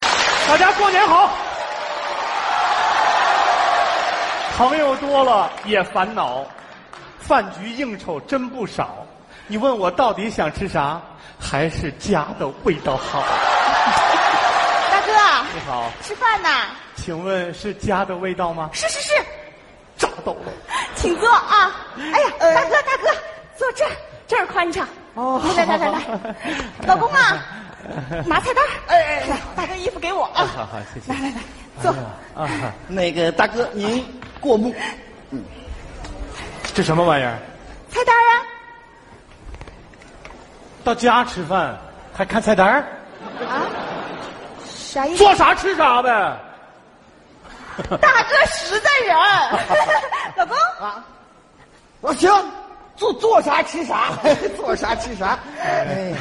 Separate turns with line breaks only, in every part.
大家过年好。朋友多了也烦恼，饭局应酬真不少。你问我到底想吃啥，还是家的味道好。
大哥，
你好，
吃饭呢？
请问是家的味道吗？
是是是，
炸豆了。
请坐啊！哎呀，大哥大哥，坐这儿，这儿宽敞。
哦
来来来来来，老公 啊，拿菜单儿。哎哎，来，大哥衣服给我啊。哎
好好谢谢
来来来，坐。
啊，
那个大哥，您过目。
这什么玩意儿？
菜单儿啊。
到家吃饭还看菜单儿？
啊？啥意思？
做啥吃啥呗。
大哥实在人儿， 老公，
我行，做做啥吃啥， 做啥吃啥。哎呀，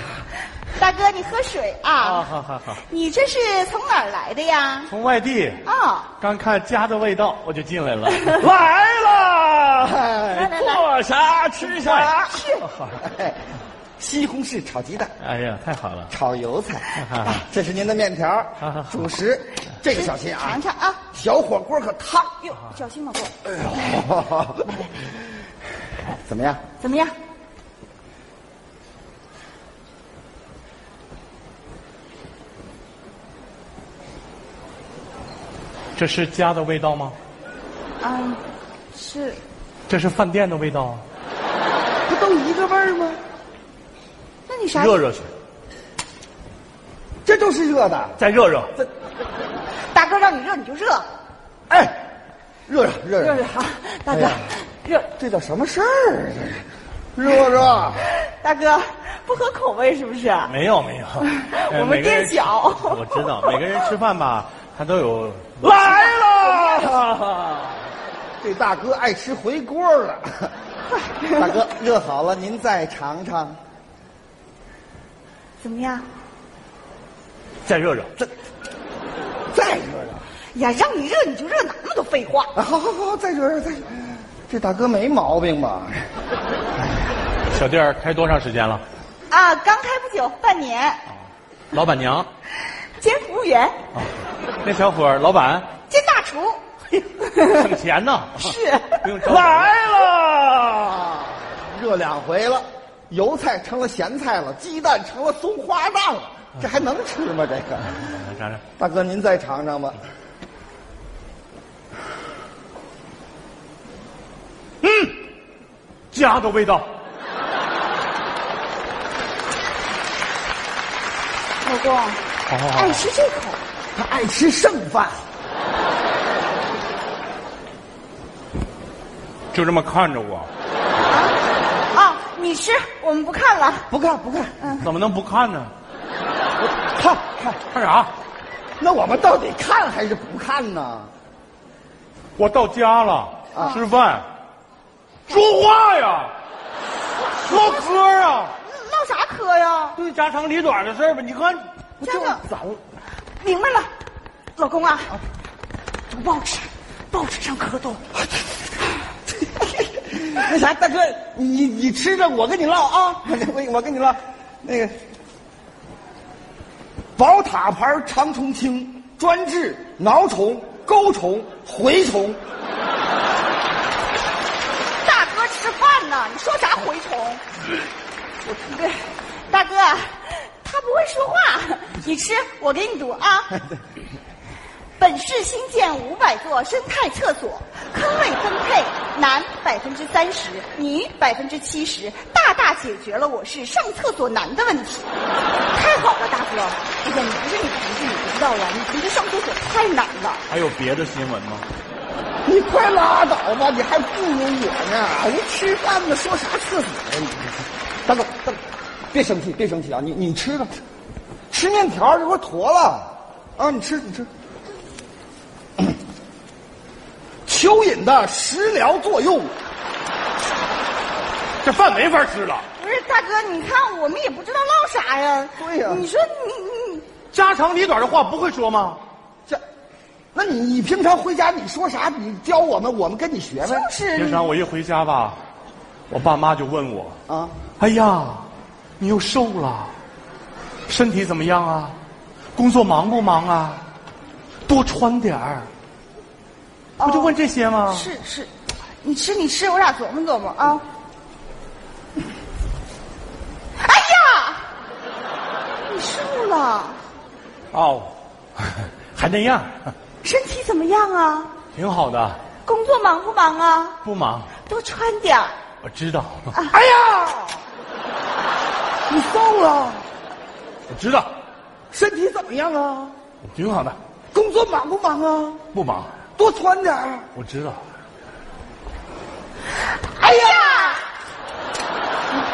大哥你喝水
啊，
啊。
好好好，
你这是从哪儿来的呀？
从外地。
哦，
刚看家的味道，我就进来了。 来了，
来
哎
来
做啥吃啥。
是
哎西红柿炒鸡蛋，
哎呀，太好了！
炒油菜。
哈
哎这是您的面
好好好，
条主食，这个小心啊
尝。尝啊。
小火锅可烫。
哟，小心老公，
哎呦，怎么样？
怎么样？
这是家的味道吗？
嗯，是
这是饭店的味道啊！
不都一个味儿吗？
那你啥？
热去，
这都是热的。
再热热。
大哥让你热你就热，
哎，热热热
热
热
热，啊！大
哎
哥
呀，
热
这叫什么事儿啊？这是热热。
大哥不合口味是不是？
没有没有，呃
我们
每个人
店小
我知 道，每个人吃饭吧，他都有来了。
这大哥爱吃回锅了， 大哥热好了，您再尝尝。
怎么样？
再热热，
这再热热，
呀，让你热你就热，哪那么多废话？
啊，好好好，再热热，再热这大哥没毛病吧？
小店儿开多长时间了？
啊，刚开不久，半年，
老板娘
兼服务员，
啊，那小伙儿，老板
兼 大厨，
省钱 呢，
是。
不用着急。来了，
啊，热两回了，油菜成了咸菜了，鸡蛋成了松花蛋了，这还能吃吗？这个，
尝尝，
大哥您再尝尝吧。
家的味道。哦
老公，
哎好好好
爱，吃这口，
他爱吃剩饭，
就这么看着我，
啊，你吃，我们不看了。
不看不看，
嗯
怎么能不看呢？
看看，
看啥？
那我们到底看还是不看呢？
我到家了，
啊
吃饭，说话呀，唠嗑啊，
唠嗯啥嗑呀？
对家长里短的事儿吧。你看，
不
真
就
的
咱
明白了，老公啊，读报纸，报纸上可多。
那啥，大哥，你你吃着，我跟你唠啊， 我我跟你唠，那个宝塔牌长虫清专治挠虫、钩虫、蛔虫。
大哥吃饭呢，你说啥蛔虫？我对，大哥，他不会说话，你吃，我给你读啊。本市新建五百座生态厕所，坑位分配男百分之三十，女百分之七十，大大解决了我市上厕所难的问题。太好了，大哥！哎呀，你不是你同志，你不知道呀，你同志上厕所太难了。
还有别的新闻吗？
你快拉倒吧，你还不如我呢！人吃饭呢，说啥厕所呀你？大哥，大哥，别生气，别生气啊！你你吃吧，吃面条这不是坨了啊！你吃，你吃。 蚯蚓的食疗作用。
这饭没法吃了，
不是大哥，你看我们也不知道唠啥呀。
对呀
你说你你
家长里短的话不会说吗？
这，那你你平常回家你说啥？你教我们，我们跟你学呗
就。是啊
平
你
常我一回家吧，我爸妈就问我，
啊，
哎呀，你又瘦了，身体怎么样啊？工作忙不忙啊？多穿点儿。
哦
不就问这些吗？
是是，你吃你吃，我俩琢磨琢磨啊。哎呀，你瘦了，
哦， 还那样，
身体怎么样啊？
挺好的，
工作忙不忙啊？
不忙。
多穿点儿。
我知道，
哎呀，你瘦了，
我知道，
身体怎么样啊？
挺好的，
工作忙不忙啊？
不忙。
多穿点儿。
我知道，
哎呀，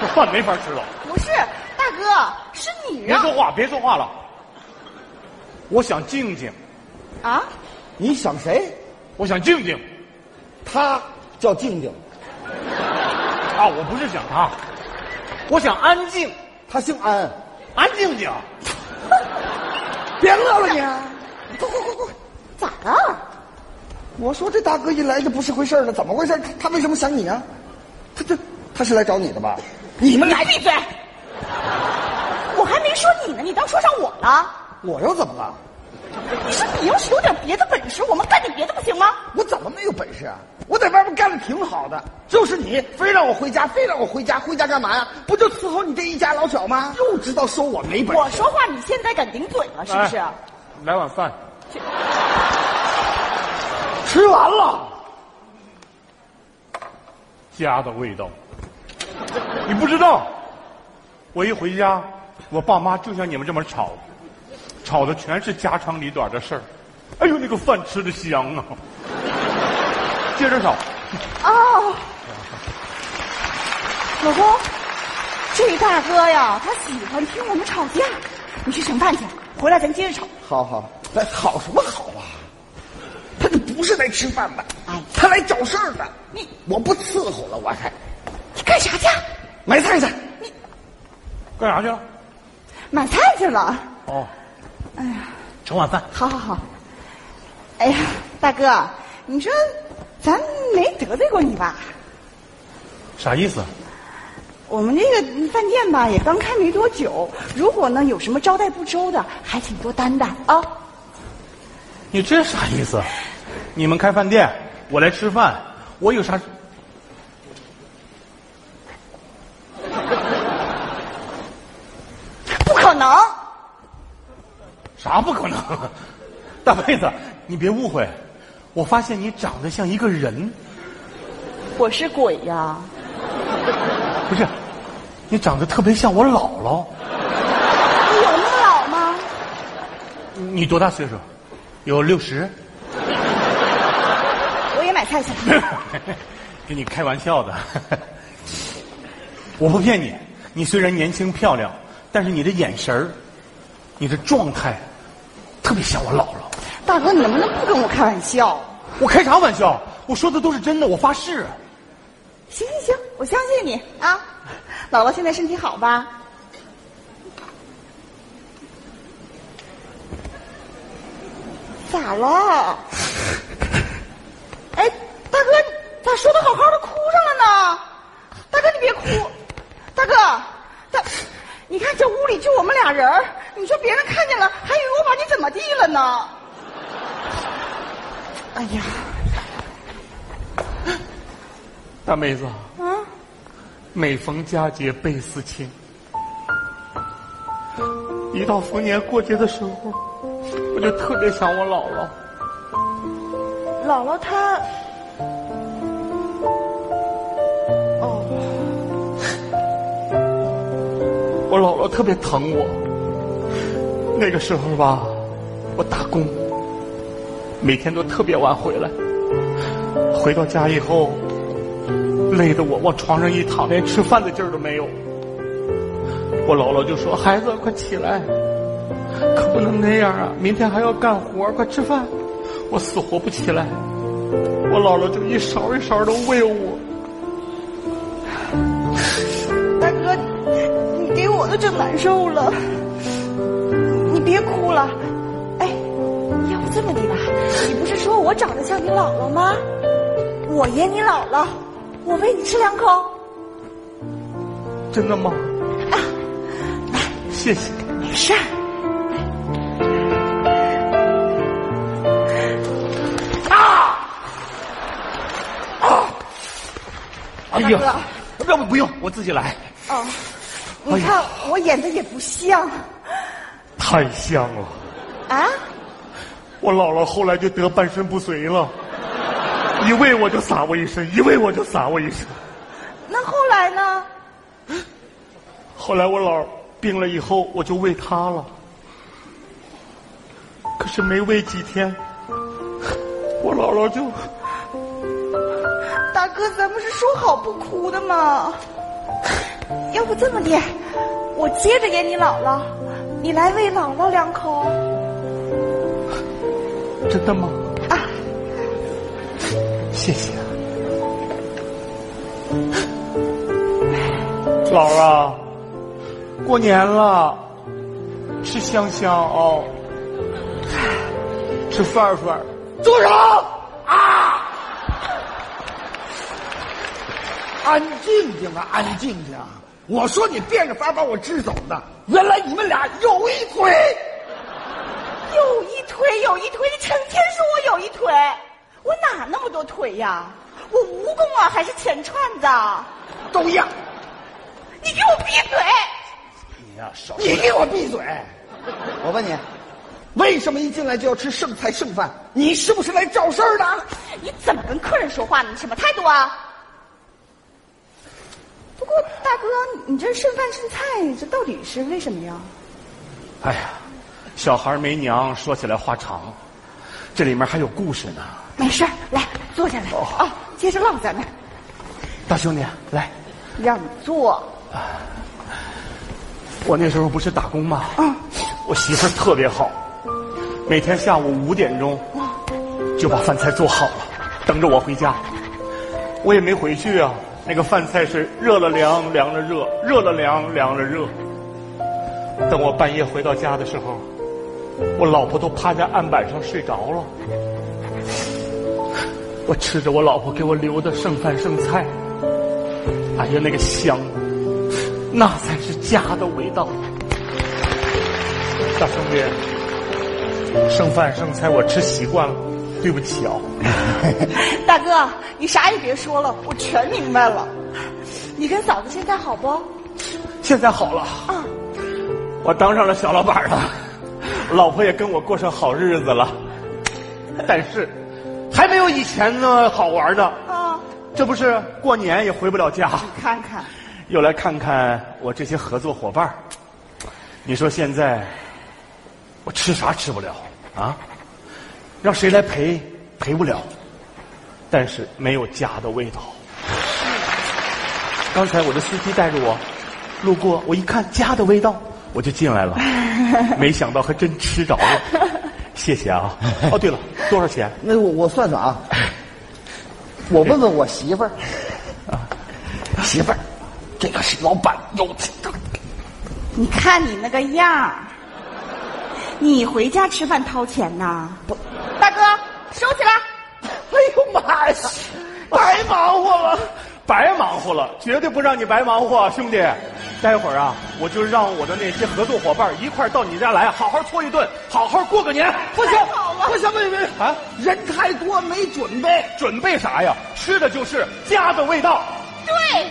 这饭没法吃了。
不是大哥，是你啊
别
让
说话，别说话了。我想静静，
啊？
你想谁？
我想静静
他叫静静，
啊！我不是想她，我想安静，
他姓安。
安静静。
别乐了你！啊
滚滚滚滚，咋了？
我说这大哥一来就不是回事儿了，怎么回事儿？他他为什么想你啊？他这他是来找你的吧？你们俩，
闭嘴！我还没说你呢，你倒说上我了。
我又怎么了？
你说你要是有点别的本事，我们干点别的不行吗？
我怎么没有本事啊？我在外面干的挺好的，就是你非让我回家，非让我回家，回家干嘛呀？不就伺候你这一家老小吗？又知道说我没本
我
事，
说话你现在敢顶嘴了是不是？
哎来碗饭，
吃完了，
家的味道。你不知道，我一回家，我爸妈就像你们这么吵，吵的全是家长里短的事儿。哎呦，那个饭吃的香啊！接着吵，
哦，老公，这大哥呀，他喜欢听我们吵架。你去盛饭去，回来咱接着吵。
好好，来好什么好啊？他这不是来吃饭的，他来找事儿的。
你
我不伺候了，我还
你干啥去？
买菜去。
干啥去了？
买菜去了。
哦，盛碗饭。
好好好。哎呀，大哥，你说咱没得罪过你吧？
啥意思？
我们这个饭店吧也刚开没多久，如果呢有什么招待不周的，还请多担待啊。
你这啥意思？你们开饭店，我来吃饭，我有啥？
不可能，
啥不可能？ 大妹子，你别误会，我发现你长得像一个人，
我是鬼呀。
不是，你长得特别像我姥姥。
你有那么老吗？
你多大岁数？有六十？
我也买菜去了。
跟你开玩笑的，我不骗你。你虽然年轻漂亮，但是你的眼神儿，你的状态，特别像我姥姥。
大哥，你能不能不跟我开玩笑？
我开啥玩笑？我说的都是真的，我发誓。
行行行，我相信你啊！姥姥现在身体好吧？咋了？哎，大哥，咋说的好好的哭上了呢？大哥，你别哭，大哥，大，你看这屋里就我们俩人儿你说别人看见了，还以为我把你怎么地了呢？哎呀，
大妹子，
嗯。
每逢佳节倍思亲。一到逢年过节的时候，我就特别想我姥姥。
姥姥她，哦，
我姥姥特别疼我。那个时候吧，我打工，每天都特别晚回来。回到家以后，累得我往床上一躺，连吃饭的劲儿都没有。我姥姥就说：“孩子，快起来，可不能那样啊！明天还要干活，快吃饭。”我死活不起来，我姥姥就一勺一勺的喂我。
大哥，你给我都整难受了，你别哭了，哎，要不这么的吧，你不是说我长得像你姥姥吗？我演你姥姥，我喂你吃两口，
真的吗？ 谢谢。
没事儿。大
哎呦
哥。，
要不不用，我自己来。
哦，你看我演的也不像
太像了，
啊！
我姥姥后来就得半身不遂了，一喂我就撒我一身，一喂我就撒我一身。
那后来呢？
后来我姥病了以后，我就喂她了。可是没喂几天，我姥姥就
大哥，咱们是说好不哭的吗？要不这么的，我接着演你姥姥，你来喂姥姥两口
真的吗？
啊！
谢谢。啊姥儿啊，过年了，吃香香哦，吃涮涮，住手！
啊安静静啊，安静静啊！我说你变着法把我支走的，原来你们俩有一腿。
有一腿有一腿，你成天说我有一腿，我哪那么多腿呀？我蜈蚣啊，还是钱串子啊？
都一样。
你给我闭嘴！
你呀、少
你给我闭嘴！我问你，为什么一进来就要吃剩菜剩饭？你是不是来找事儿的？
你怎么跟客人说话呢？你什么态度啊？不过大哥，你这剩饭剩菜，这到底是为什么呀？
哎呀，小孩没娘，说起来话长，这里面还有故事呢。
没事儿来坐下来、啊，接着唠咱们。
大兄弟，来，
让你坐，
我那时候不是打工吗？
嗯，
我媳妇儿特别好，每天下午五点钟就把饭菜做好了，等着我回家。我也没回去啊，那个饭菜是热了凉，凉了热，热了凉，凉了热。等我半夜回到家的时候，我老婆都趴在案板上睡着了。我吃着我老婆给我留的剩饭剩菜，哎呀，那个香，那才是家的味道。大兄弟，剩饭剩菜我吃习惯了，对不起啊、
大哥，你啥也别说了，我全明白了。你跟嫂子现在好不？
现在好了，
啊，
我当上了小老板了，老婆也跟我过上好日子了，但是还没有以前呢好玩呢。
啊，
这不是过年也回不了家，
看看，
又来看看我这些合作伙伴儿你说现在我吃啥吃不了啊？让谁来陪陪不了，但是没有家的味道。刚才我的司机带着我路过，我一看家的味道，我就进来了，没想到还真吃着了。谢谢啊！哦，对了，多少钱？
那我我算算啊，我问问我媳妇儿，啊媳妇儿，这个是老板有的。
你看你那个样儿，你回家吃饭掏钱呐？不，大哥，收起来。
哎呦妈呀，白忙活了！
白忙活了，绝对不让你白忙活啊，兄弟。待会儿啊，我就让我的那些合作伙伴一块儿到你家来，好好搓一顿，好好过个年。哎
不行
太好了，
不行，不行，不行
啊！
人太多没准备，
准备啥呀？吃的就是家的味道。
对，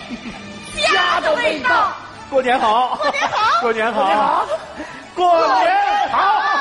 家的味道。
过年好！过
年好
过年好！过年好！